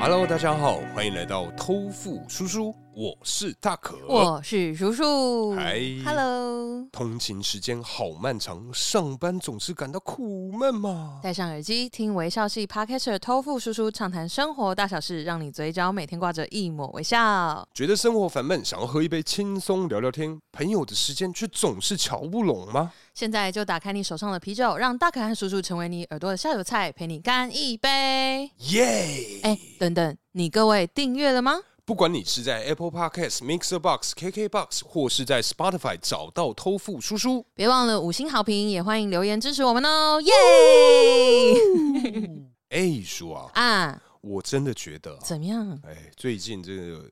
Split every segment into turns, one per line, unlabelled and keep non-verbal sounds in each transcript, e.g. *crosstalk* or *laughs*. Hello，大家好，欢迎来到偷富叔叔，我是大可。
我是叔叔。
嗨
Hello，
通勤时间好漫长，上班总是感到苦闷嘛。
戴上耳机，听微笑系 Podcaster 偷富叔叔畅谈生活大小事，让你嘴角每天挂着一抹微笑。
觉得生活烦闷，想要喝一杯轻松聊聊天，朋友的时间却总是瞧不拢吗？
现在就打开你手上的啤酒，让大可和叔叔成为你耳朵的下酒菜，陪你干一杯。
耶、
哎，等等，你各位订阅了吗？
不管你是在 Apple Podcast、Mixer Box、KK Box，或是在 Spotify 找到偷富叔叔，
别忘了五星好评，也欢迎留言支持我们哦，耶！
哎、叔啊，
啊，
我真的觉得啊、
怎么样？
哎，最近这个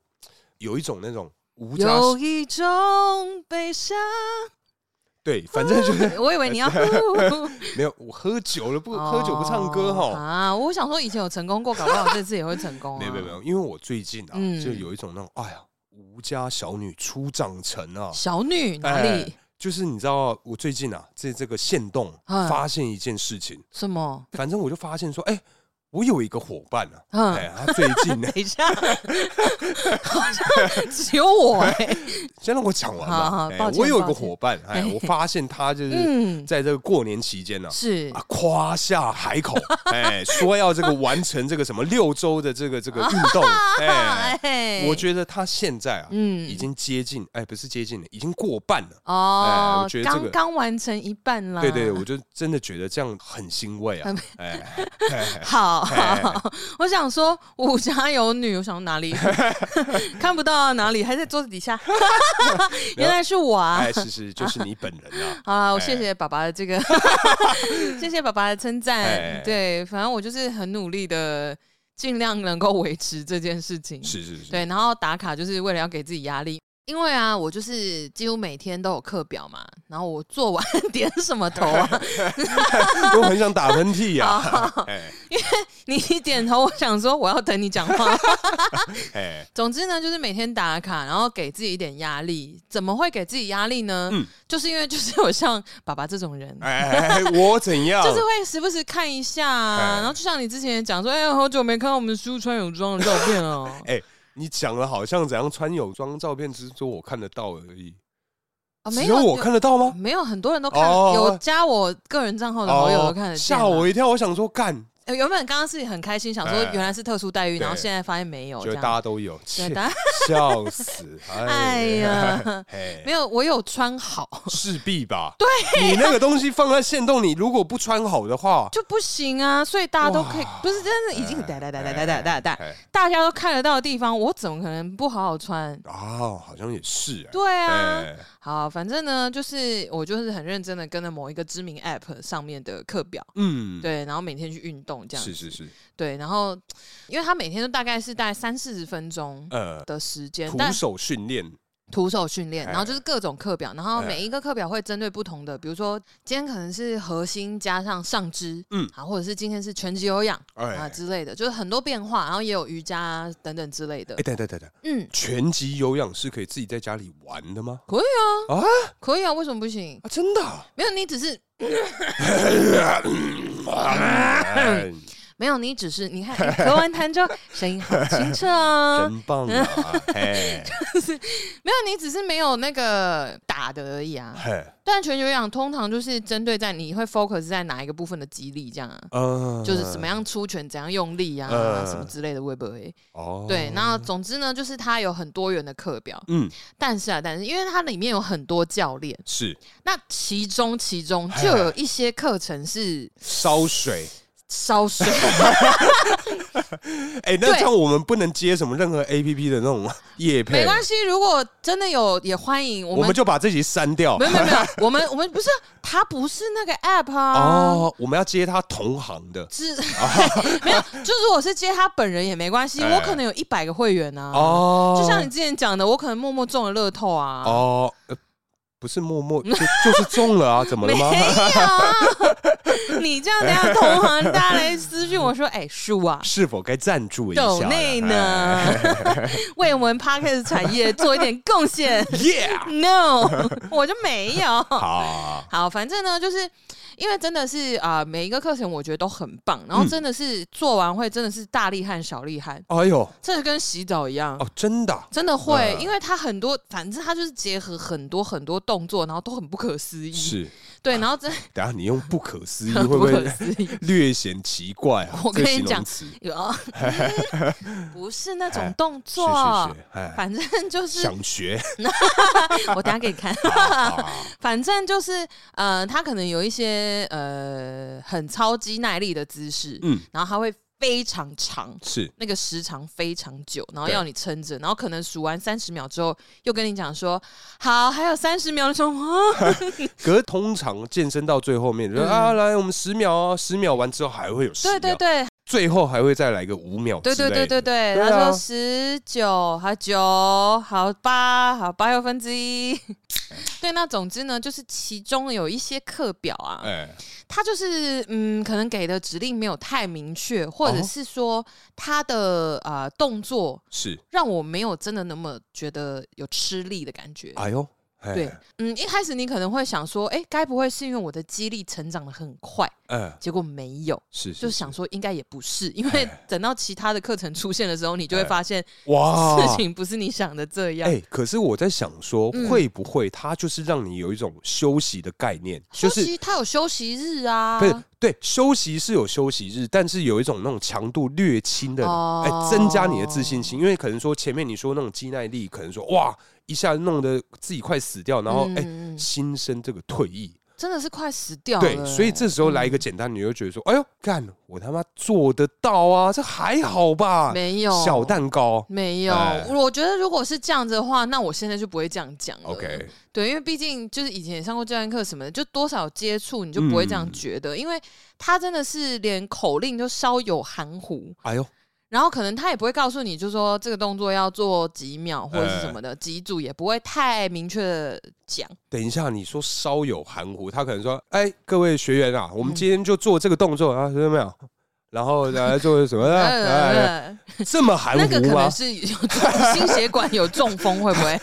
有一种那种无渣
有一种悲伤， *laughs*
对，反正就是
我以为你要
没有，我喝酒了不、喝酒不唱歌
哦
哈。
啊！我想说以前有成功过，搞不好这次也会成功、啊。
没有没有没有，因为我最近啊，
嗯
就有一种那种哎呀，吴家小女初长成啊，
小女哪里、
哎就是你知道，我最近啊，在这个线动
嗯
发现一件事情，
什么？
反正我就发现说，哎，我有一个伙伴啊，
嗯
哎，他最近呢
*laughs* ，等一下，好像只有我
*laughs*
哎、
先让我讲完
好
吧
好。
哎
抱歉
我有一个
抱歉
伙伴，哎，我发现他就是
嗯，
在这个过年期间呢，
是
啊，夸下海口，哎，说要这个完成这个什么六周的这个这个运
*laughs*
动，哎，
哎
我觉得他现在啊，
嗯
已经接近，哎，不是接近了，已经过半了。哎
哦
我觉，得这
刚、
个
刚完成一半啦。
对对，我就真的觉得这样很欣慰啊
啊很！
哎，
好
哎
我想说武家有女，我想哪
*laughs*
里看不到啊？哪里还在桌子底下？原来是我 *laughs* 啊！。
哎，是是，就是你本人啊
*laughs* 好啦，我
哎
谢谢爸爸的
*laughs*
这个， *laughs* 谢谢爸爸的称赞。
哎
对，反正我就是很努力的，尽量能够维持这件事情。
是是是，
对，然后打卡就是为了要给自己压力，因为啊，我就是几乎每天都有课表嘛，然后我做完点什么
*laughs*
头啊？
*laughs* 我很想打喷嚏呀！ *laughs* 哎
你一点头，我想说我要等你讲话。 *laughs*
哎，
总之呢，就是每天打卡，然后给自己一点压力。怎么会给自己压力呢？
嗯
就是因为就是我像爸爸这种人，
哎哎，哎我怎样？
就是会时不时看一下、
哎
啊，然后就像你之前也讲说，哎、好久没看到我们叔穿泳装的照片哦。
*laughs* 哎，你讲的好像怎样穿泳装照片，只是说我看得到而已，
啊，
只
没
有
有
我看得到吗？
没有很多人都看，
哦
有加我个人账号的好友都看得见啊、
吓我一跳！我想说干，
呃原本刚刚是很开心，想说
哎
原来是特殊待遇，
对
然后现在发现没有，
就
这
大家
样。
都有，切
对，大家
笑死！
*laughs* 哎
*laughs*
呀，
哎
没有，我有穿好
势必吧？
*laughs*
对，你那个东西放在线洞，你如果不穿好的话，
就不行啊，所以大家都可以
哇，
不是真的已经哒哒哒哒哒哒哒哒，
哎
大家都看得到的地方，我怎么可能不好好穿？
哦，好像也是，哎
对啊，
哎
好，反正呢，就是我就是很认真的跟着某一个知名 App 上面的课表，
嗯，，
对，然后每天去运动这样，
是是是，
对，然后因为他每天都大概是大概三四十分钟
呃，
的时间，
徒
但
手训练，
徒手训练，
哎
然后就是各种课表，然后
哎
每一个课表会针对不同的，比如说今天可能是核心加上上肢，
嗯
嗯，啊，或者是今天是全肌有氧啊
哎，
之类的，就是很多变化，然后也有瑜伽啊等等之类的
哎，，等等等等，
嗯，
拳击有氧是可以自己在家里玩的吗？
可以啊，
啊
可以啊，为什么不行？
啊，真的啊？
没有，你只是嗯
哎
没有，你只是你看，哎隔完痰之后声音好清澈啊，
*laughs* 真棒啊！
嗯
哎
没有，你只是没有那个打的而已啊。 *laughs*
嘿，
但全球有氧通常就是针对在你会 focus 在哪一个部分的肌力这样啊。
嗯，
就是怎么样出拳，怎样用力啊，
嗯
什么之类的，会不会？
哦，
对，那总之呢，就是它有很多元的课表，
嗯，
但是啊，但是因为它里面有很多教练，
是
那其中其中
哎
就有一些课程是
烧水 *laughs*
烧水。
哎，那
对
这样我们不能接什么任何 A P P 的那种 *laughs* 夜配，
没关，系，如果真的有，也欢迎我
我
们
们。就把这集删掉
没。有没
*laughs*
有没有，我们我们不是，它不是那个 app 啊。
哦，我们要接他同行的
是， *laughs* 没有，就如果是接他本人也没关系，
哎
我可能有一百个会员呢、啊。
哦，
就像你之前讲的，我可能默默中了乐透啊。
哦，呃不是默
*laughs*
默就就是中了啊，怎么
没
了吗？
有， *laughs* 你这样等下同行大家来私讯我说，哎、叔啊，
是否该赞助一下？
抖内呢， *laughs* 为我们 podcast 产业做一点贡献
哎
*laughs*
？Yeah，啊
？No，我就没有。
好，
好，反正呢，就是因为真的是啊、每一个课程我觉得都很棒，然后
嗯
真的是做完会真的是大厉害、小厉害，
哎呦，
这跟洗澡一样。
哦，真的啊，
真的会，
嗯
因为它很多，反正它就是结合很多很多动作，然后都很不可思议。
是，
对，然后
*laughs*
真
等下你用不可思议会
很
不
嗯 *laughs* 不可
会
思议。
略显奇怪啊？
*laughs* 我
这个
跟你
形容
讲
词是
有、 *laughs* 嗯不是那种动作，
*laughs* 是是，哎，
反正就是
想学，
我等下给你看，
*laughs* 好好
反正就是呃，他可能有一些呃很超肌耐力的姿势，
嗯，
然后他会非常长。
是
那个时长非常久，然后
对
要你撑着，然后可能数完三十秒之后，又跟你讲说好，还有三十秒的时候，啊
可是通常健身到最后面，就说
嗯
啊，来，我们十秒哦，十秒完之后还会有十
对
秒，
对，对，
最后还会再来个五秒之
对
类
对
的，
对对对，
对啊
他说十九好九好八好八又分之一， *laughs* 对，那总之呢，就是其中有一些课表啊，
哎，
它就是嗯，可能给的指令没有太明确，或者
哦
是说它的呃动作
是，
让我没有真的那么觉得有吃力的感觉。
哎呦，哎
对，，嗯，一开始你可能会想说，哎、该不会是因为我的肌力成长的很快？
嗯，
结果没有，
是，是
就是想说应该也不是，因为等到其他的课程出现的时候，你就会
哎
发现
哇，
事情不是你想的这样。
哎、可是我在想说，
嗯
会不会它就是让你有一种休息的概念，就
休
是
息，他有休息日啊，
不是对休息是有休息日，但是有一种那种强度略轻的，哎、
哦
增加你的自信心，因为可能说前面你说那种肌耐力，可能说哇一下弄得自己快死掉，然后哎、
嗯嗯
心生这个退意，
真的是快死掉了欸。
对，所以这时候来一个简单，你就觉得说，
嗯
哎呦干，我他妈做得到啊，这还好吧，
没有
小蛋糕
没有
哎，
我觉得如果是这样子的话，那我现在就不会这样讲了。
，OK，
对，因为毕竟就是以前也上过教练课什么的，就多少有接触，你就不会这样
嗯
觉得，因为他真的是连口令都稍有含糊，
哎呦，
然后可能他也不会告诉你，就说这个动作要做几秒或者是什么的，
哎
几组也不会太明确的讲。
等一下，你说稍有含糊，他可能说：“哎，各位学员
嗯
啊，我们今天就做这个动作啊，听到没有？然后来做什么？
*laughs*
来来来
呃
这么含
那个
糊
可
吗
能？是有中 *laughs* 心血管有中风，会不 *laughs* 会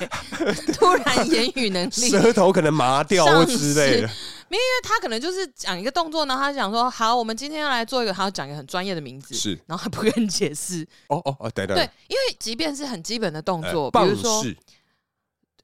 突然言语能
*laughs*
力？因为
舌头可能麻掉或之类的
上。他可能就是讲一个动作呢，他想说好，我们今天要来做一个，他要讲一个很专业的名字，
是
然后他不跟你解释。
哦哦哦，对对
对，因为即便是很基本的动
哎
作，比
棒
如说，
式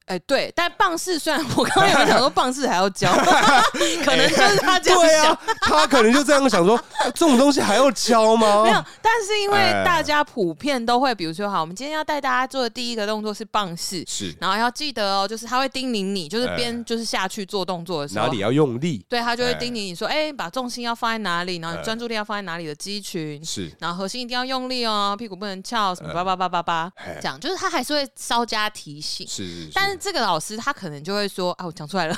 哎、对，但棒式虽然我刚刚有讲说棒式还
*laughs*
要教，可能就是他这样
对
想
啊。，他可能就这样想说，啊这种东西还要教吗？
*laughs* 没有，但是因为
哎
大家普遍都会，比如说，好，我们今天要带大家做的第一个动作是棒式，
是哎
然后要记得哦，就是他会叮咛你，就是边就是下去做动作的时候，
哪里要用力？
对他就会
哎
叮咛你说，哎、把重心要放在哪里，然后你
哎
专注力要放在哪里的肌群，
是
然后核心一定要用力哦，屁股不能翘，什么叭叭叭叭叭，
哎
这样就是他还是会稍加提醒。
是是，
但是这个老师他可能就会说啊，我讲
*laughs*
出来了，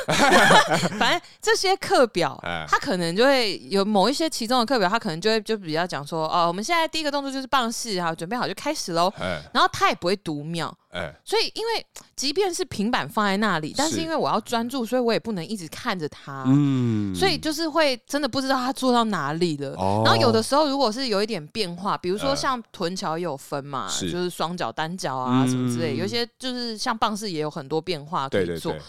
反正这些课表
哎，
他可能就会有某一些其中的课表，他可能就会就比较讲说，哦，我们现在第一个动作就是棒式，好，准备好就开始喽。
哎
然后他也不会读秒，
哎
所以因为即便是平板放在那里，但是
是
因为我要专注，所以我也不能一直看着他。
嗯
啊所以就是会真的不知道他做到哪里了。
哦
然后有的时候如果是有一点变化，比如说
呃
像臀桥也有分嘛，
是
就是双脚、单脚啊
嗯
什么之类，有一些就是像棒式也有很多变化可
哦对
以
对
做
对。。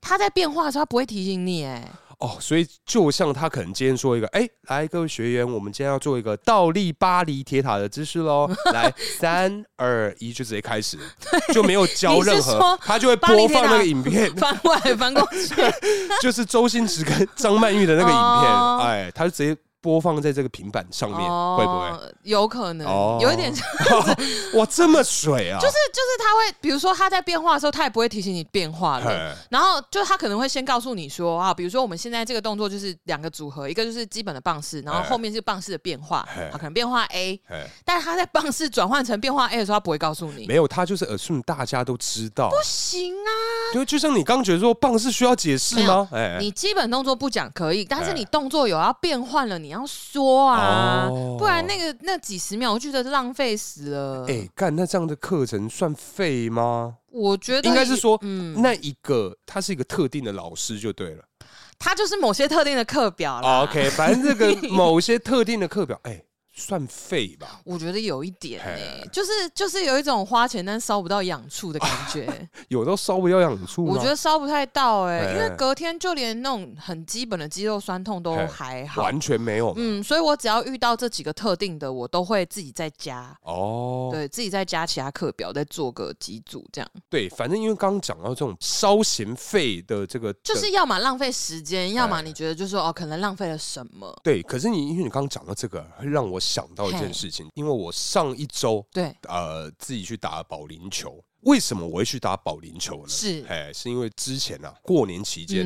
他在变化的时候，他不会提醒你，哎，
哦，所以就像他可能今天说一个，哎、来各位学员，我们今天要做一个倒立巴黎铁塔的姿势喽，
*laughs*
来三二一，就直接开始，就没有教
你是
任何
说，
他就会
巴黎
播
铁
放那
塔，
个影片
*laughs* *laughs* 翻
*laughs*
过来翻过去，
就是周星驰跟张曼玉的那个影片，
哦
哎，他就直接播放在这个平板上面，会不会？
会？有可能，
哦
有一点像， *laughs*
哇，这么水啊！
就是就是他会，比如说他在变化的时候，他也不会提醒你变化了。
嘿
然后就他可能会先告诉你说啊，比如说我们现在这个动作就是两个组合，一个就是基本的棒式，然后
哎
后面是棒式的变化，
哎
好，可能变化 A，
嘿
但是他在棒式转换成变化 A 的时候，他不会告诉你
哎没。有，他就是 assume 大家都知道，
不行啊，
对，就像你刚觉得说棒是需要解释吗？哎
你基本动作不讲可以，但是
哎
你动作有要变换了，你要说啊，
哦
不然那个那几十秒，我觉得浪费死了。
哎，干那这样的课程算废吗？
我觉得
应该是
也
说，
嗯，
那一个他是一个特定的老师就对了。啊
它就是某些特定的课表啦。
OK，反正这
*laughs*
个某些特定的课表，哎，算废吧。
我觉得有一点欸
嘿
就是就是有一种花钱但烧不到痒处的感
*laughs*
觉，
有到稍微要养出吗？
我觉得烧不太到哎、
哦嘿
因为隔天就连那种很基本的肌肉酸痛都
嘿
还好，
完全没有。
嗯，所以我只要遇到这几个特定的，我都会自己再加，
哦，
对自己再加其他课表，再做个几组这样，
对，反正因为刚刚讲到这种稍嫌废的这个，
就是要么浪费时间，要么
嘿
你觉得就是说哦，可能浪费了什么，
对。可是你因为你刚刚讲到这个，会让我想到一件
嘿
事情，因为我上一周
对，
呃自己去打保龄球，为什么我会去打保龄球呢？
是
哎，是因为之前啊过年期间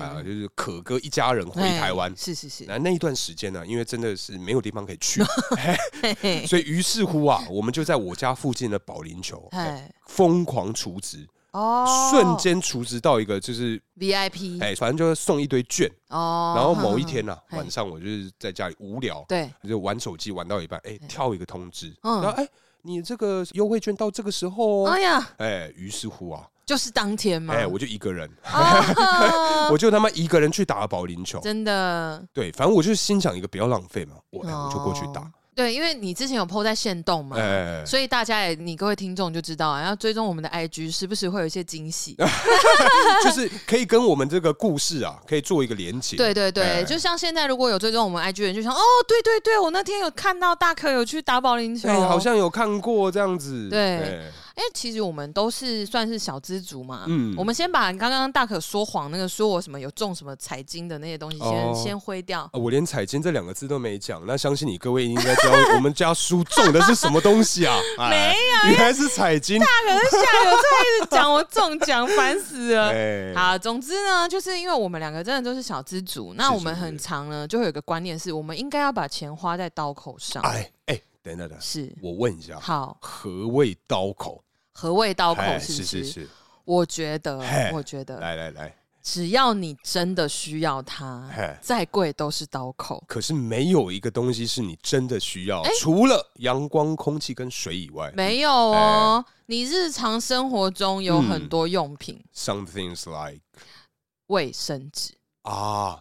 啊、
嗯
就是可哥一家人回
嘿
台湾。
哎是是是，
那那一段时间呢、因为真的是没有地方可以
*laughs*
去，
嘿嘿
所以于是乎啊，我们就在我家附近的保龄球哎
嘿
疯狂储值，
哦，
瞬间储值到一个就是，
VIP
哎，反正就是送一堆券。
哦，
然后某一天呢、
嘿
晚上我就是在家里无聊，
对，
就玩手机玩到一半，哎，跳一个通知，
嗯
然后哎，你这个优惠券到这个时候
哎
哦，
呀，嗯
哎，于是乎啊，
就是当天嘛，
哎，我就一个人，
啊
*laughs* 我就他妈一个人去打保龄球。
真的
对，反正我就是心想一个不要浪费嘛，我哎我就过去打
哦，对，因为你之前有 PO 在线动嘛。
哎，
所以大家也，你各位听众就知道啊，要追踪我们的 IG，时不时会有一些惊喜。
就是可以跟我们这个故事啊，可以做一个连结。
对对
哎
对，就像现在如果有追踪我们 IG 的人，就想哦，对对对，我那天有看到大可有去打保龄球，
哎、好像有看过这样子。
对
哎
哎、其实我们都是算是小资族嘛。
嗯
我们先把刚刚大可说谎那个说我什么有中什么财经的那些东西先、
哦
先挥掉。
呃我连“彩金”这两个字都没讲，那相信你各位应该知道我们家书中的是什么东西啊？没有，原来是彩金。
大可在下游再一直讲我中奖，烦死了。
哎
好，总之呢，就是因为我们两个真的都是小资族，那
是
我们
是是
很常呢，就会有一个观念是，我们应该要把钱花在刀口上。
哎哎，等等等，
是，
我问一下，
好，
何谓刀口？
何谓刀口
哎？
是不
是
是？呃
是，
我觉得
嘿，
我觉得，
来来来，
只要你真的需要它
嘿，
再贵都是刀口。
可是没有一个东西是你真的需要
哎，
除了阳光、空气跟水以外
没有哦，
哎
你日常生活中有很多
嗯
用品，
，some things like
卫生纸，
啊，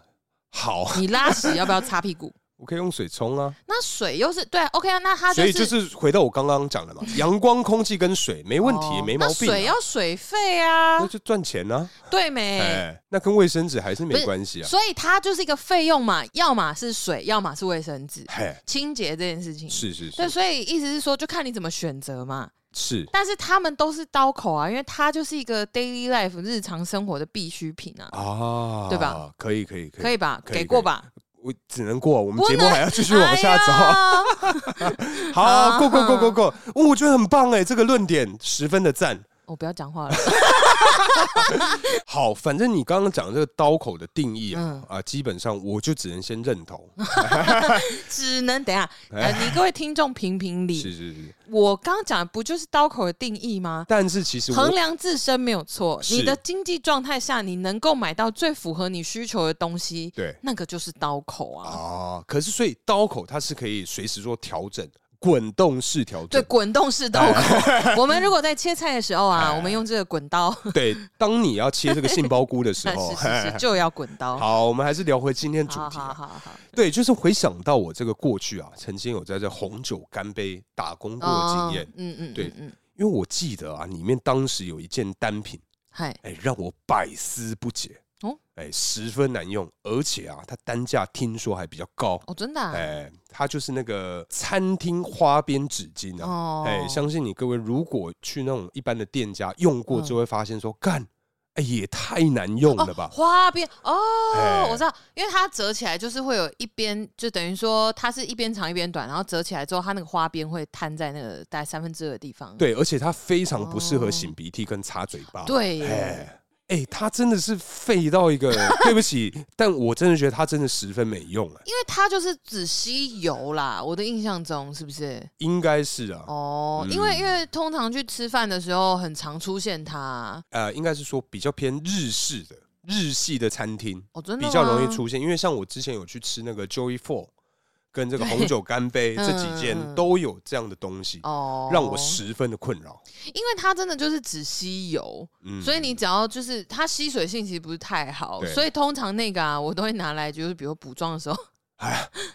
好，
你拉屎要不要擦
*laughs*
屁股？
我可以用水冲啊。
那水又是对，OK 啊，那它
所以就是回到我刚刚讲的
*laughs*
嘛，阳光、空气跟水没问题，
哦
没毛
那
病啊、
水要水费啊
那，就赚钱呢、
对
啊，
没？
哎，那跟卫生纸还是
不
没
是
关系啊，
所以它就是一个费用嘛，要么是水，要么是卫生纸，
嘿，
清洁这件事情。
是是
对，
是
所以意思是说，就看你怎么选择嘛。
是
但是他们都是刀口啊，因为它就是一个 daily life 日常生活的必需品啊，
啊，
对吧？
可以可以可以，
可以吧？
可以
给过吧？
我只能过，我们
不
节
能
目还要继续往下走。
哎呦
好、
啊
g o Go Go Go Go，哦我觉得很棒哎，这个论点十分的赞。
*laughs* 我不要讲话了。
好，反正你刚刚讲的这个刀口的定义啊，
嗯
啊，基本上我就只能先认同。
只能等一下，呃，你各位听众评评
哎是是
理，
是，
我刚刚讲的不就是刀口的定义吗？
但是其实我
衡量自身没有错，
是
你的经济状态下，你能够买到最符合你需求的东西，
对
那个就是刀口啊。
啊，可是所以刀口它是可以随时做调整，滚动式调
对，
整。
滚动式刀口。我们如果在切菜的时候啊，
哎
我们用这个滚刀，
对，当你要切这个杏鲍菇的时
*laughs* 是
候，
是是，就要滚刀。
好，我们还是聊回今天主
好
题
好
啊。
好好，
对，就是回想到我这个过去啊，曾经有在这红酒干杯打工过的经验，
哦嗯嗯，
对
嗯嗯，
因为我记得啊，里面当时有一件单品，
嗨，
哎，让我百思不解，
哦
哎，十分难用，而且啊，它单价听说还比较高，
哦，真的啊，
哎，它就是那个餐厅花边纸巾啊，
哦嗯
哎，相信你各位如果去那种一般的店家用过，就会发现说，干，哎，也太难用了吧？
花边哦
哎，
我知道，因为它折起来就是会有一边，就等于说它是一边长一边短，然后折起来之后，它那个花边会摊在那个大概三分之二的地方。
对，而且它非常不适合
哦
擤鼻涕跟擦嘴巴。
对耶，
哎哎，它真的是废到一个，对不起， *laughs* 但我真的觉得它真的十分没用哎，
因为它就是只吸油啦，我的印象中是不是？
应该是啊，
哦，因为因为通常去吃饭的时候，很常出现它。
呃，应该是说比较偏日式的日系的餐厅
哦，真的
比较容
吗
易。出现，因为像我之前有去吃那个 Joy Four 跟这个红
对
酒干杯
*laughs* 嗯
这几间
嗯嗯
都有这样的东西，
哦，
让我，十分的困扰。
因为它真的就是只吸油，
嗯
所以你只要就是它吸水性其实不是太好，
对
所以通常那个啊，我都会拿来就是比如补妆的时候， *laughs* 对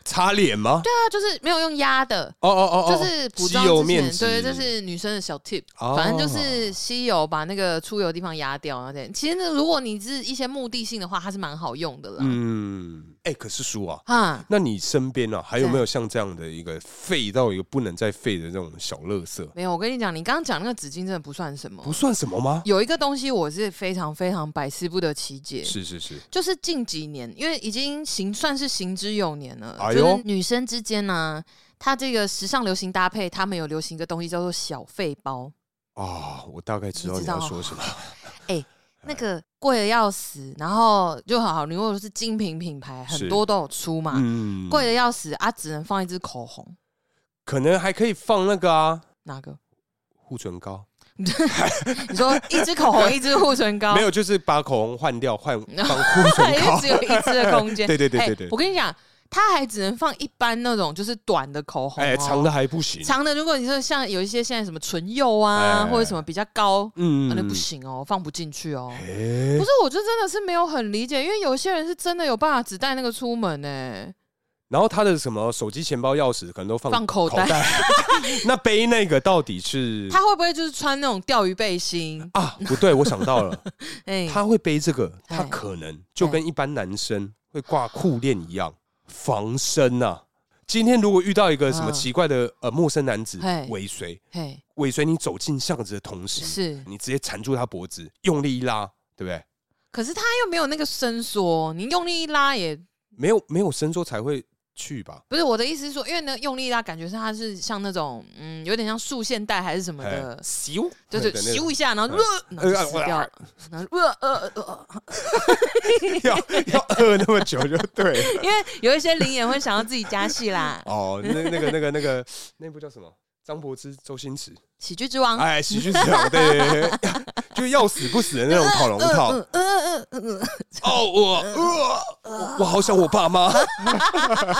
擦脸吗？
啊，就是没有用压的，
哦哦哦，哦
就是补
吸
妆
油
之
面
前，
纸
对，这是女生的小 tip，、
哦
反正就是吸油把那个出油的地方压掉，然后这样。其实呢，如果你是一些目的性的话，它是蛮好用的啦。
嗯，哎，可是
*laughs*
叔啊。
啊，
那你身边啊，还有
对
没有像这样的一个废到一个不能再废的这种小垃圾？
没有，我跟你讲，你刚刚讲那个纸巾真的不算什么，
不算什么吗？
有一个东西我是非常非常百思不得其解，
是是是，
就是近几年，因为已经行算是行之有年了，
哎呦
就是女生之间呢、它这个时尚流行搭配，他们有流行一个东西叫做小费包，
啊，我大概知道
你
你
知道
要说什么。哎
那个贵的要死，然后就好好，你如果是精品品牌，
是
很多都有出嘛，
嗯
贵的要死啊，只能放一支口红，
可能还可以放那个啊，
哪个？ *laughs*
护唇膏，
你说一支口红，一支护唇膏，
没有，就是把口红换掉，
*laughs*
换放护唇
哦因为
膏
只。有一支的空间。
对对对
哎
对对
我跟你讲，它还只能放一般那种就是短的口红、
*laughs*
哦，
哎，长的还不行，
长的，如果你说像有一些现在什么唇釉啊，
哎
或者什么比较高，
嗯
啊那不。行哦，放不进去哦。
哎
不，是，我就真的是没有很理解，因为有些人是真的有办法只带那个出门呢、
然后他的什么手机、钱包、钥匙可能都放
放口袋
袋。
*laughs*
那背那个到底是
他会不会就是穿那种钓鱼背心？
啊？不对，我想
*laughs*
到了，
哎、
他会背这个，
哎
他可能就跟一般男生会挂裤链一样，防身啊。今天如果遇到一个什么
嗯
奇怪的呃陌生男子
哎
尾随，
嘿，
尾随你走进巷子的同时，
是，
你直接缠住他脖子，用力一拉，对不对？
可是他又没有那个伸缩，你用力一拉也
没有没有伸缩才会去吧？
不是我的意思是说，因为呢用力一拉，感觉是他是像那种嗯，有点像束线带还是什么的，
咻，
就是
对那种
咻一下，然后
哎
呃，然后就死掉了，然后呃呃呃呃。呃
要
*laughs*
要饿那么久就对了，
因为有一些灵眼会想要自己加戏啦
哦，那那个那个那个那部叫什么？张柏芝、周星驰，
喜剧之王。
哎，喜剧之王，对对对对， *laughs* 就要死不死的那种跑
呃
龙套。
嗯
哦，我呃我我好想我爸
*laughs*
妈
嗯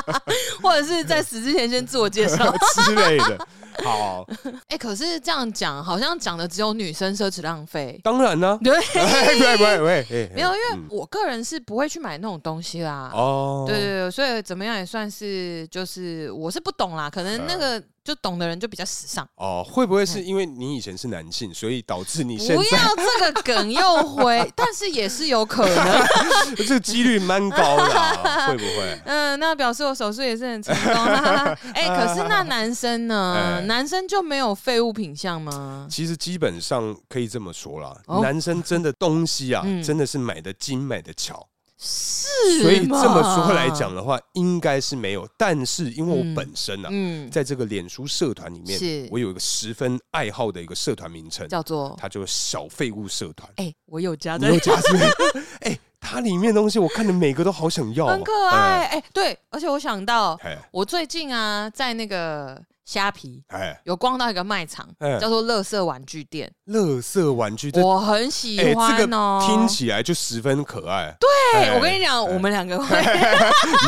或者是在死之前先自我介绍。
之类的。好，
*laughs* 哎、可是这样讲，好像讲的只有女生奢侈浪费，
当然呢，
*laughs* 对，
哎喂喂喂，哎
没有，因
嗯
为我个人是不会去买那种东西啦。
哦，
对对对，所以怎么样也算是就是我是不懂啦，可能那
嗯
个就懂的人就比较时尚。
哦，会不会是因为你以前是男性，所以导致你
嗯不
现在
要这个梗又回，但是也是有可
*laughs*
能。
这个几率蛮高的、
*laughs*
啊，会不会？
嗯，那表示我手术也是很成
*laughs*
功啦。哎、可是那男生呢？
哎
男生就没有废物品相吗？
其实基本上可以这么说啦，
哦
男生真的东西啊，
嗯
真的是买的精买的巧，
是
所以这么说来讲，的话，应该是没有。但是因为我本身啊，
嗯，
在这个脸书社团里面
是，
我有一个十分爱好的一个社团名称，
叫做
它就是小废物社团。
哎、我有加
你
在
有，加是不是？
*laughs*
哎，它里面的东西我看的每个都好想要、啊，
很可爱。哎、对，而且我想到
哎。哎
我最近啊，在那个虾皮
哎，
有逛到一个卖场，
哎
叫做“乐色玩具店
乐色玩具，”，这
我很喜
哎、这
欢哦、
个听起哎来就十分可爱。
对、
对
我跟你讲，我们两个
*laughs*
会。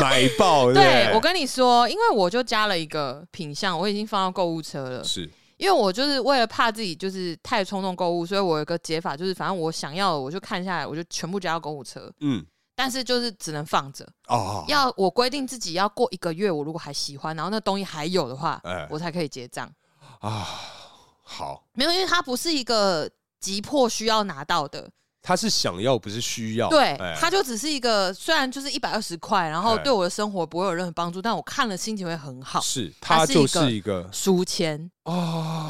买爆，不
对，我跟你说，因为我就加了一个品相，我已经放到购物车了。
是
因为我就是为了怕自己就是太冲动购物，所以我有一个解法，就是反正我想要的我就看下来，我就全部加到购物车，
嗯
但是就是只能放着。
哦，
要我规定自己要过一个月，我如果还喜欢，然后那东西还有的话，
哎
我才可以结账。
啊，好，
没有，因为它不是一个急迫需要拿到的，
他是想要不是需要，
对，
哎
它就只是一个虽然就是一百二十块，然后
哎
对我的生活不会有任何帮助，但我看了心情会很好。
是
它
他
是
就
一个
是一个
*laughs* 书签，
啊，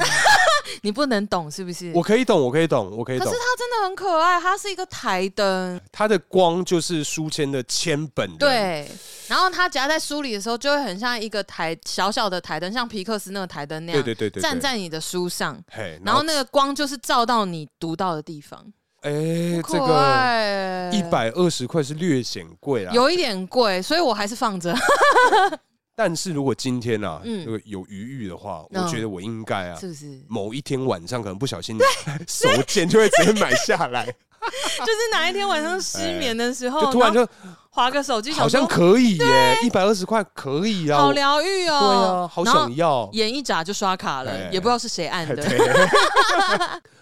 你不能懂是不是？
我可以懂，我可以懂，我可以
可
懂
是。它真的很可爱，它是一个台灯，
它的光就是书签的铅本人，
对。然后它夹在书里的时候，就会很像一个台小小的台灯，像皮克斯那个台灯那样，
对对对对对
站在你的书上，
嘿，
然后那个光就是照到你读到的地方，
哎、这
可
个
爱
一百啊二十块是略显贵啦，
有一点贵，所以我还是放
*laughs*
着。
但是如果今天啊，
嗯
如果有余裕的话，
嗯
我觉得我应该啊，
是不是？
某一天晚上可能不小心 *laughs* 手贱就会直接买下
*laughs*
来，
*laughs* 就是哪一天晚上失眠的时候，
哎就突然就
划个手机，
好像
想说哦
可以耶，一百二十块可以啊，
好
我
疗愈
对啊
哦，，
好
然后
想要。
眼一眨就刷卡了，
哎
也不知道是谁按的，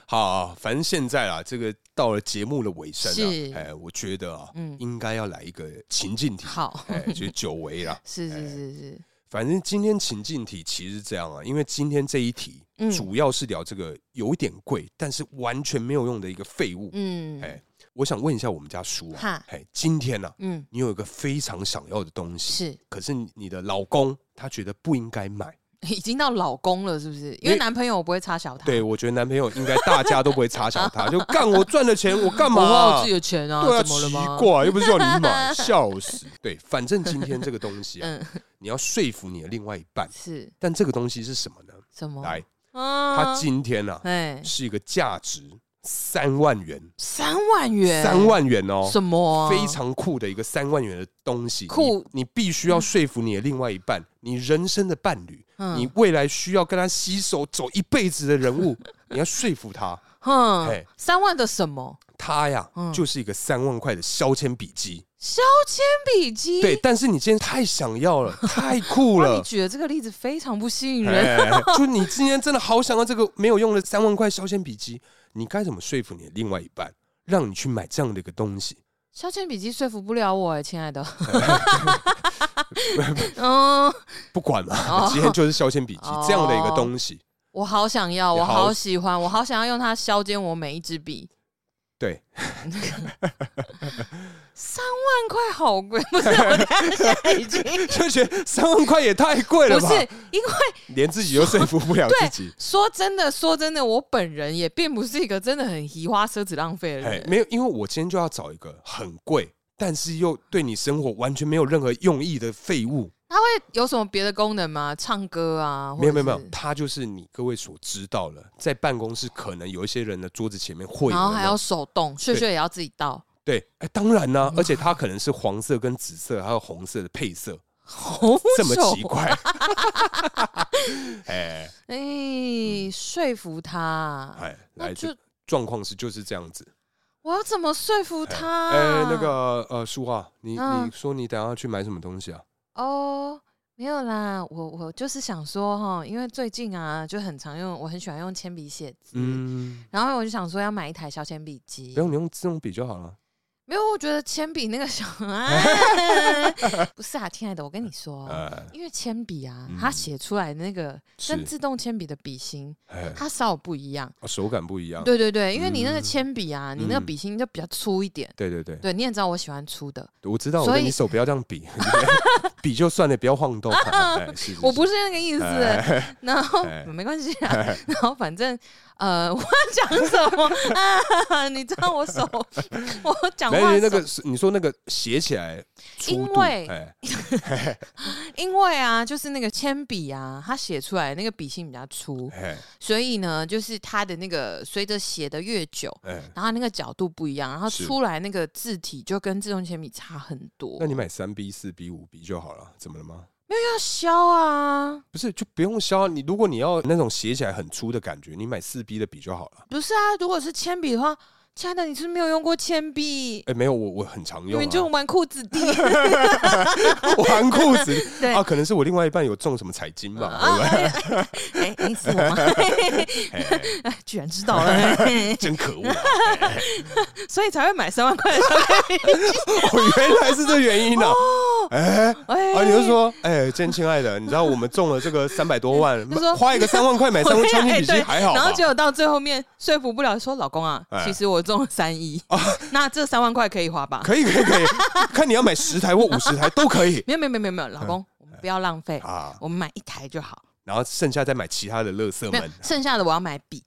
好、反正现在啊，这个到了节目的尾声
是
啊，哎，我觉得啊，
嗯
应该要来一个情境题，
好
哎，就是久违
*laughs*
啦。
是是是是，
反正今天情境题其实是这样啊，因为今天这一题
嗯
主要是聊这个有一点贵，但是完全没有用的一个废物。
嗯
哎，我想问一下我们家叔啊
哈，
哎，今天呢、啊，
嗯，
你有一个非常想要的东西，
是 *laughs*
可是你的老公他觉得不应该买。
已经到老公了，是不是？
因
因
为
为男朋友我不会插小他，
对，我觉得男朋友应该大家都不会插小
*laughs*
他，就干我赚的钱我干嘛、
我花我自己的钱啊，
对啊，
怎么了吗？
奇怪，又不是叫你
*laughs*
买，,笑死。对，反正今天这个东西啊，
嗯，
你要说服你的另外一半，
是
但这个东西是什么呢？
什么？
来，
嗯
他今天啊
哎
是一个价值三万元，
三万元，
三万元哦，
什么啊？
非常酷的一个三万元的东西，
酷
你，你必须要说服你的另外一半，你人生的伴侣，
嗯
你未来需要跟他携手走一辈子的人
*laughs*
物，你要说服他，哎
哼，三万的什么？
他呀、
嗯
就是一个三万块的削铅笔机，
削铅笔机？
对，但是你今天太想要
*laughs*
了，太酷
哇，你
了。
举的这个例子非常不吸引人。
哎， *laughs* 就你今天真的好想要这个没有用的三万块削铅笔机，你该怎么说服你的另外一半，让你去买这样的一个东西？
削铅笔机说服不了我哎、亲
*laughs*
爱的。嗯，
不管嘛，
哦
*laughs* 今天就是削铅笔机这样的一个东西，
我好想要，
你
我
好
好喜欢，我好想要用它削尖我每一支笔。
对， *laughs*
三万块好贵，不是？我等一下现
*laughs*
在已经
就觉得三万块也太贵了
不
吧？
是，因为
连自己都说服不了自己。
说真的，说真的，我本人也并不是一个真的很移花奢侈浪费的
哎，
人。
没有，因为我今天就要找一个很贵，但是又对你生活完全没有任何用意的废物。
它会有什么别的功能吗？唱歌啊？
没有没
或者
有没有
是，
它就是你各位所知道了，在办公室可能有一些人的桌子前面会有那种，
然后还要手动，血血也要自己倒。
对，哎，当然呢、而且它可能是黄色跟紫色还有红色的配色，
好
这么
丑
奇怪。
*laughs*
哎
哎、说服他，
嗯哎，
*laughs* 那
来，
就
这状况是就是这样子。
我要怎么说服
哎
他？
哎、那个呃，淑华，你、你
啊嗯
说你等一下要去买什么东西啊？
哦，没有啦，我我就是想说哈，因为最近啊，就很常用，我很喜欢用铅笔写字，
嗯，
然后我就想说要买一台小铅笔
不
机，
用，你用自动笔就好了。
没有，我觉得铅笔那个小
*laughs*
啊，不是啊，亲爱的，我跟你说。
呃，
因为铅笔啊，
嗯
它写出来的那个
是
跟自动铅笔的笔芯，
哎，
它稍有不一样。
哦手感不一样。
对对对，因为你那个
嗯
铅笔啊，你那个
嗯
笔芯就比较粗一点。
对对对，
对，你也知道我喜欢粗的，
我知道，我
所
跟
以
你手不要这样
*laughs*
比，比就算了，不要晃动。 *laughs* 哎，是是
我
是
不是那个意思。
*laughs*
然后
哎
没关系啊，然后反正呃，我要讲什么啊？ *laughs* 你知道我手，我讲
没
话
有那
手
个，是你说那个写起来粗
因
度，
为
哎，
因为啊，就是那个铅笔啊，它写出来那个笔芯比较粗，
哎
所以呢，就是它的那个随着写的越久，
哎，
然后那个角度不一样，然后
是
出来那个字体就跟自动铅笔差很多
那。你买三 B、四 B、五 B 就好了，怎么了吗？
要削啊，
不是，就不用削啊。你如果你要那种写起来很粗的感觉，你买四 B 的笔就好了。
不是啊，如果是铅笔的话，亲爱的，你是不是没有用过铅笔，
哎，没有，我我很常
你
用
们就
啊，
纨绔子弟。
我含裤子
*laughs* 对啊
啊，可能是我另外一半有中什么彩金吧，对不对
哎，你死我吗？哎居然知道了，哎
真可恶啊！
所以才会买三万块的消费。
我原来是这原因呢、
哦
啊。
哎
啊，你就说，哎、真亲爱的，你知道我们中了这个三百多万，
就说
花一个三万块买三万
我跟
穿
你
金
讲哎
笔
*laughs* 对
芯还好吧？
然后结果到最后面说服不了，说老公啊
哎，
其实我中了三亿，那这三万块可以花吧？
可以可以可以，看你要买十台或五十台都可以
没有没有没有没有，老公，我们不要浪费，
啊。
我们买一台就好。
然后剩下再买其他的乐色
没有
们。
剩下的我要买笔，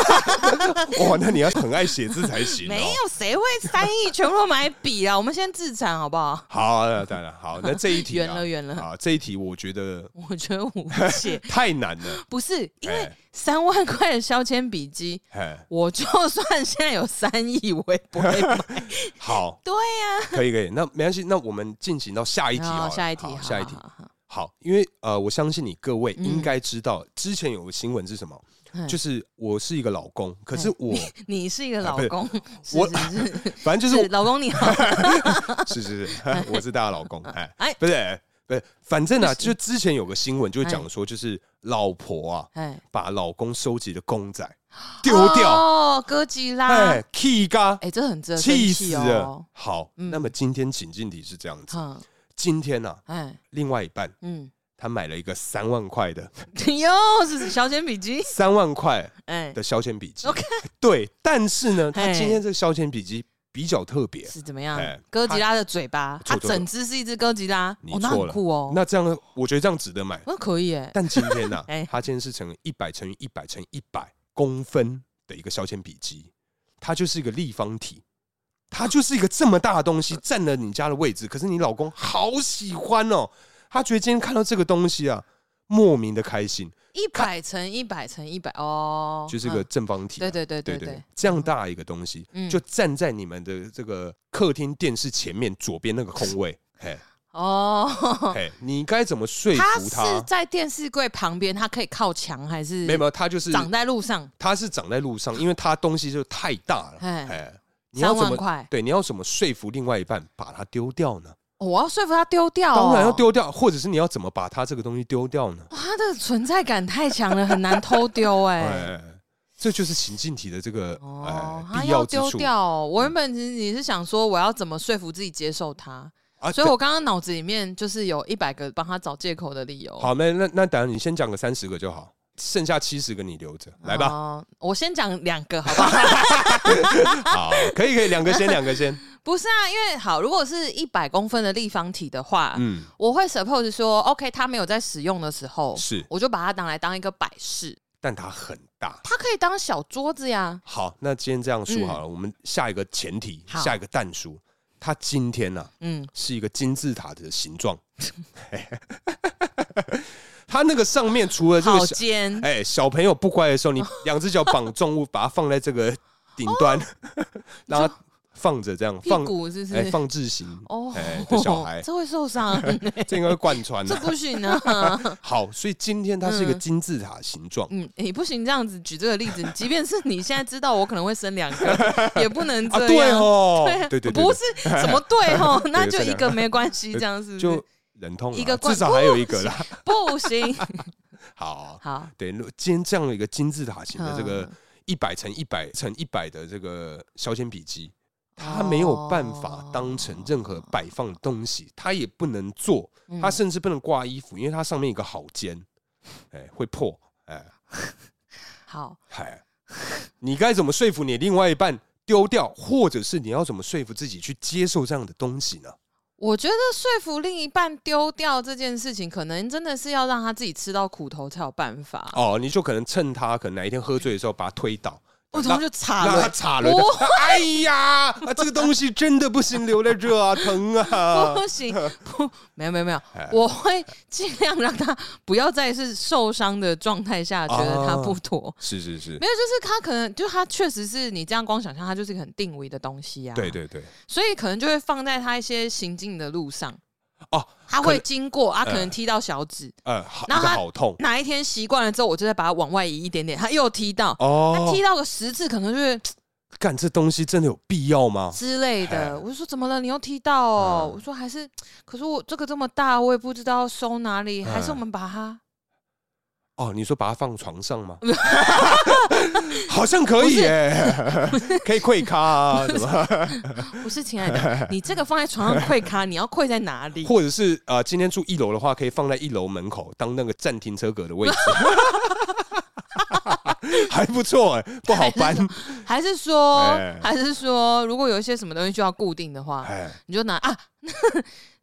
哇，那你要很爱写字才行、哦。
没有谁会三亿全部都买笔啊！我们先自产好不好？ *laughs*
好，那当然好。那这一题、啊、
圆了圆了
啊！这一题我觉得，
我觉得无解
*laughs* 太难了。
不是因为
哎
三万块的削铅笔机，
哎，
*laughs* 我就算现在有三亿，我也
*laughs*
不会买。
好，
对呀、
可以可以。那没关系，那我们进行到下一题好
好
了
下一题，
好
好
下一题。
好好
好，因为呃，我相信你各位
嗯
应该知道，之前有个新闻是什么？
嗯
就是我是一个老公，可是我
你是一个老
啊不是
公，是
我
是是 *laughs* 是
反 *laughs* 正就是
老公你
*laughs*
好，
是是是， *laughs* 我是大家老公，哎
哎，
不是不是，反正啊，就之前有个新闻就讲说，就是老婆啊
哎，
把老公收集的公仔丢掉，
哦，哥吉拉，
哎
哎、
气嘎，
这很值得生
气
气
死了
哦。。
好，
嗯
那么今天情境题是这样子，
哼，
今天呢，
哎，
另外一半
嗯， *laughs*
他买了一个三万块的
又是小铅笔机，
三万块
哎，
的削铅笔机
OK，
对，但是呢，他
嘿
今天这个削铅笔机比较特别，
是怎么样
哎？
哥吉拉的嘴巴，
错
它
错错
整只是一只哥吉拉，
你
哦，那
错
很
了
酷哦，
那这样我觉得这样值得买。
那可以哎，
但今天呢、
*laughs* 哎
它今天是乘一百乘以一百乘一百公分的一个削铅笔机，它就是一个立方体，它就是一个这么大的东西
*laughs*
占了你家的位置。可是你老公好喜欢哦，他觉得今天看到这个东西啊，莫名的开心，
一百乘一百乘一百哦，
就是个
嗯
正方体啊、
对对对
对
对对，
这样大一个东西，
嗯
就站在你们的这个客厅电视前面左边那个空
*laughs*
位，嘿，
哦。
嘿，你该怎么说
它
服
是在电视柜旁边，它可以靠墙还是
没有没有，他就是
长在路上？
它是长在路上，因为它东西就太大了。
哎
哎，你要怎
3万
么
块
对？你要怎么说服另外一半把它丢掉呢？
哦我要说服它丢掉、哦，
当然要丢掉，或者是你要怎么把它这个东西丢掉呢？
哇，它的存在感太强了，很难偷
*laughs*
丢哎、
哎，这就是情境题的这个
哦，
哎
它
必
要
之
丢
处嗯
掉哦、我原本其实你是想说，我要怎么说服自己接受它，
啊
所以我刚刚脑子里面就是有一百个帮他找借口的理由。
好，那那那等下你先讲个三十个就好，剩下七十个你留着，来吧。
哦我先讲两个，好不好？
*laughs* 好，可以可以，两个先，两个
*laughs*
先。
不是啊，因为好，如果是一百公分的立方体的话，
嗯，
我会 suppose 说，OK，它没有在使用的时候，
是
我就把它拿来当一个摆饰，
但它很大。
它可以当小桌子呀。
好，那今天这样说好了，我们下一个前提，
嗯好
下一个蛋书，它今天啊呢、
嗯，
是一个金字塔的形状。 *laughs* 它那个上面除了这
好
个小，
尖，
哎、小朋友不乖的时候，你两只脚绑重物，把它放在这个顶端， *laughs* 然后放着这样
哦屁
放，
股是不
哎、
是？
放置型，
哦
哎、的小孩，
*laughs* 这会
*laughs*
受伤，
这应该会贯穿
这
的。
不行啊！ *laughs*
好，所以今天它是一个
嗯
金字塔形状。
嗯，你不行这样子举这个例子，即便是你现在知道我可能会生两
*laughs*
个，也不能
啊，
这
对
样。 *laughs*
哦，
啊
对对对，
不是什么对哦，那
*laughs* 对
就一
这
个
样
没关系，这样是不是？
就忍痛啦
一个
至
罐
少还有一个啦。
不行。 *laughs*
好，
好，
对，如今天这样的一个金字塔型的这个
嗯
一百乘一百乘一百的这个削铅笔机，它没有办法当成任何摆放的东西，它也不能做，它甚至不能挂衣服，因为它上面有个好尖，哎，会破，哎
好，
嗨，你该怎么说服你另外一半丢掉，或者是你要怎么说服自己去接受这样的东西呢？
我觉得说服另一半丢掉这件事情，可能真的是要让他自己吃到苦头才有办法。
哦，你就可能趁他可能哪一天喝醉的时候把他推倒，
我怎么就插
让他
*laughs* 了？
插了
不
的。哎呀，啊这个东西真的不行，留在这啊，疼
*laughs*
啊！*laughs*
不行，不，没有没有没有，
哎
我会尽量让他不要再是受伤的状态下觉得他不
哦
妥。
是是是
没，有，就是他可能就他确实是你这样光想象，他就是一个很定位的东西啊。
对，对对，
所以可能就会放在他一些行进的路上，
哦，
他
可
会
能
经过，啊他可
呃
能踢到小指，
呃，好，那
然后
个
他
好痛
哪一天习惯了之后，我就再把它往外移一点点，他又踢到，他
哦
踢。到个十次，可能就是
干这东西真的有必要吗？
之类的。
嘿
我就说怎么了？你又踢到
嗯
哦？我说还是，可是我这个这么大，我也不知道收哪
嗯
里，还是我们把它
哦，你说把它放床上
*laughs*
吗？好像可以耶，可以跪咖啊，什么？
不是亲爱
*laughs*
的，你这个放在床上溃咖，你要溃在哪里？
或者是呃，今天住一楼的话，可以放在一楼门口当那个站停车格的
*laughs*
位置，还不错哎，不好搬
还是说
哎，
还是说，如果有一些什么东西需要固定的话，
哎。
*laughs* 你就拿啊，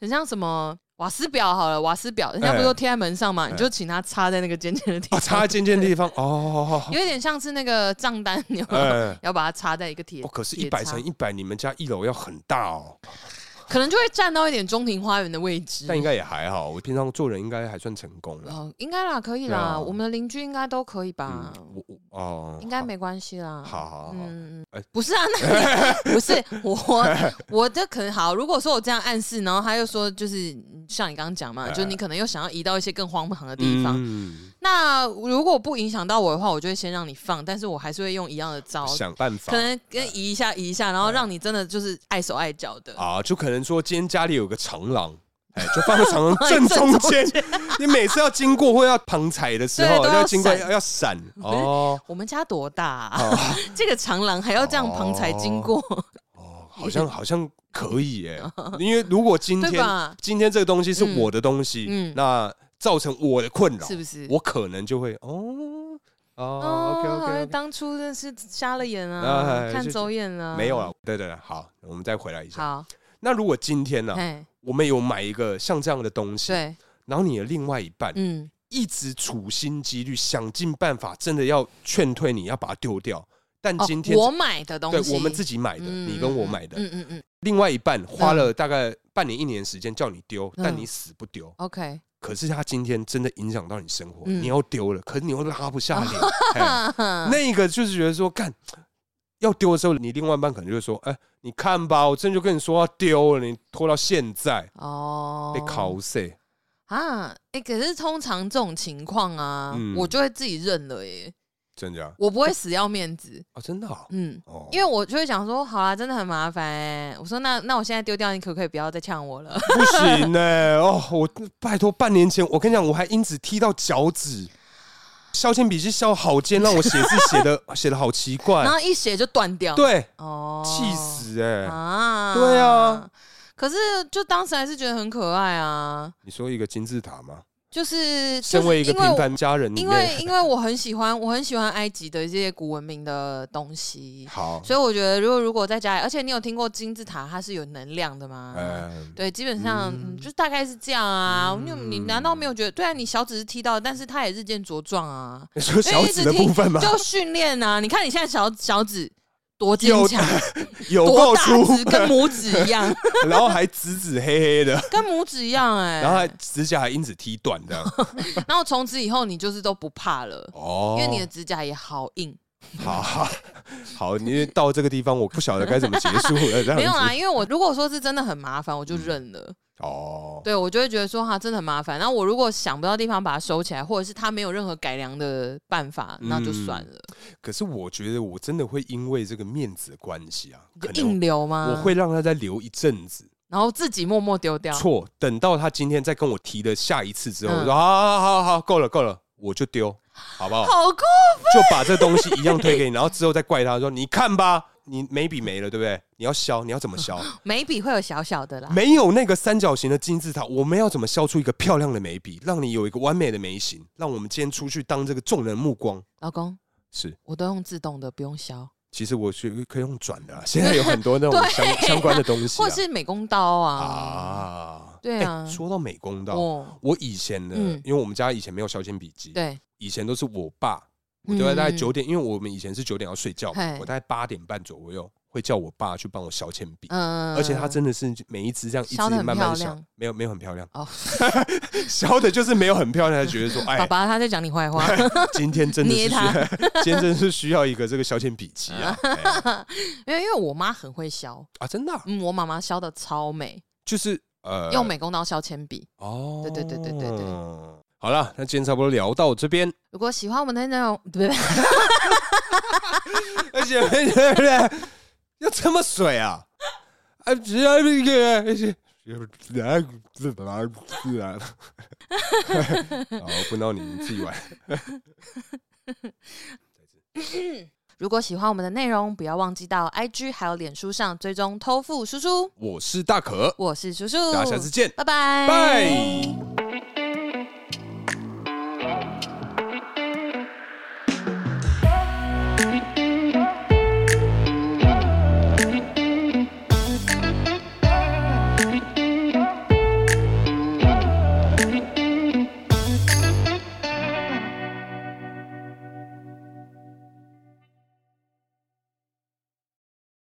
很像什么瓦斯表好了，瓦斯表，人家不是
哎
都贴在门上嘛，
哎
你就请他插在那个尖尖的地
啊，
方，
插在尖尖的地方，哦，
有一点像是那个账单， *laughs* 你有没有
哎，
要把它插在一个铁，
哦，可是，
铁
一百
叉
乘一百，你们家一楼要很大哦，
嗯可能就会占到一点中庭花园的位置。
但应该也还好。我平常做人应该还算成功了。
哦，应该啦，可以
对
啦，
啊
我们的邻居应该都可以吧
嗯，，我我哦，
应该没关系啦。
好。好好好，
嗯，嗯
哎
不是啊，
*laughs*
那你不是我，我的可能好。如果说我这样暗示，然后他又说，就是像你刚刚讲嘛，就你可能又想要移到一些更荒唐的地方。
哎嗯
那如果不影响到我的话，我就会先让你放，但是我还是会用一样的招，
想哎办法
可能跟移一下移一下，然后让你真的就是碍手碍脚的。
啊，就可能说今天家里有个长
*laughs*
廊。哎，就放在长廊正中间。你每次要经过或要旁踩的时候，
对都要
要经过
闪
要要闪
*laughs*
哦。
我们家多大、啊？
哦
*laughs* 这个长廊还要这样旁才经过，
哦，好像好像可以耶，
*laughs*
因为如果今
对
天
吧？
今天这个东西是
嗯
我的东西，
嗯
那造成我的困扰，
*laughs* 是不是？
我可能就会哦哦，OK
好
OK，,
像
o
当初真是瞎了眼
哎
啊，看
是
走眼了，
没有。啊了，对对对，好，我们再回来一下。
好，
那如果今天呢、
哎，
我们有买一个像这样的东西，
对，
然后你的另外一半、
嗯，
一直处心积虑，想尽办法，真的要劝退你，要把它丢掉，但
哦
今天、
我买的东
对
西，
我们自
己
己买的，你跟我买的，
嗯嗯嗯
另外一半花了大概半年一年时间叫你丢，
嗯
但你死不丢。
，OK，
可是他今天真的影响到你生活，
嗯
你要丢了，可是你又拉不下
*laughs*
脸。哎那个就是觉得说，干要丢的时候，你另外一半可能就会说：“哎、你看吧，我真的就跟你说要丢了，你拖到现在
哦，
被拷碎。
啊，哎，可是通常这种情况啊
嗯，
我就会自己认了，耶，
真的假的
我不会死要面子，
啊？真的、啊、
嗯。
哦，
因为我就会想说，好啦，真的很麻烦哎、我说那那我现在丢掉，你可不可以不要再呛我了？
不行呢、哦，我拜托，半年前我跟你讲，我还因此踢到脚趾。削铅笔是削好尖，让我写字写的 *laughs* 写的好奇怪
*laughs* 然。后一写就断掉，，
对，
哦，
气死哎、
啊！
对啊，
可是就当时还是觉得很可爱啊，
你说一个金字塔吗？
就是就
身
是
为一个
因为
平
我
凡家人里
因为
面，
因为我很喜欢我很喜欢埃及的这些古文明的东西，
好，
所以我觉得如果如果在家里，而且你有听过金字塔它是有能量的吗？
嗯，
*laughs* 对，基本上、
嗯
嗯就大概是这样啊。你
嗯
你难道没有觉得？对啊，你小指是踢到，但是它也日渐茁壮啊，
你说小指的部分吗？
就训练啊。你看你现在小小指多坚
有
强，
有
多
够
大
粗，
只，跟拇指一样。
*laughs* 然后还紫紫黑黑
*laughs*
的，
跟拇指一样哎、
然后还指甲还因此踢断的。
*laughs* 然后从此以后你就是都不怕了，
哦
因为你的指甲也好硬。
好好好，你到这个地方我不晓得该怎么结束了，这样子。
没有啊啦，因为我如果说是真的很麻烦，我就
嗯
认了。
哦，
对我就会觉得说哈，真的很麻烦。然后我如果想不到地方把它收起来，或者是它没有任何改良的办法，
嗯
那就算了。
可是我觉得我真的会因为这个面子的关系啊，可
就硬
能
留吗？
我会，让他再留一阵子。
然后自己默默丢掉。
错，等到他今天再跟我提的下一次之后，
嗯
我说好好好好，够了够了，我就丢，好不好？
好酷！哦
就把这东西一样推给你，然后之后再怪他说：“你看吧，你眉笔没了，对不对？你要削，你要怎么
*laughs*
削？
眉笔会有小小的啦。
没有那个三角形的金字塔，我们要怎么削出一个漂亮的眉笔，让你有一个完美的眉形，让我们今天出去当这个众人目光？
老公，
是，
我都用自动的，不用削，
其实我是可以用转
*laughs*
的啊、现在有很多那种相、相关的东西、啊，
或者是美工刀啊。
啊，
对啊
哎说到美工刀，
哦，
我以前呢，
嗯
因为我们家以前没有削铅笔机，，
对，
以前都是我爸，我
嗯
大概九点，因为我们以前是九点要睡觉嘛
嘿，
我大概八点半左右会叫我爸去帮我削铅笔，
嗯
而且它真的是每一支这样一
削得
支
很
慢慢
漂
削
亮，
没有没有很漂亮，
哦，
削的就是没有很漂亮，他觉得说，
嗯爸
哎，
爸他在讲你坏
*laughs*
话。
今天真的是
捏
需
它
要，今天真的是需要一个这个削铅笔机啊，哎
没有，因为我妈很会削，
啊，真的啊
嗯，我妈妈削的超美，
就是呃，
用美工刀削铅笔。
哦，
对对对对对对。
好了，那今天差不多聊到这边，
如果喜欢我们的内容， *laughs* 对不对？
而且要这么水啊？啊，只要那个。来自来自然，好，不闹你，你自己玩。
如果喜欢我们的内容，不要忘记到 IG 还有脸书上追踪偷富叔叔。
我是大可，
我是叔叔，
大家下次见，
拜拜，
拜。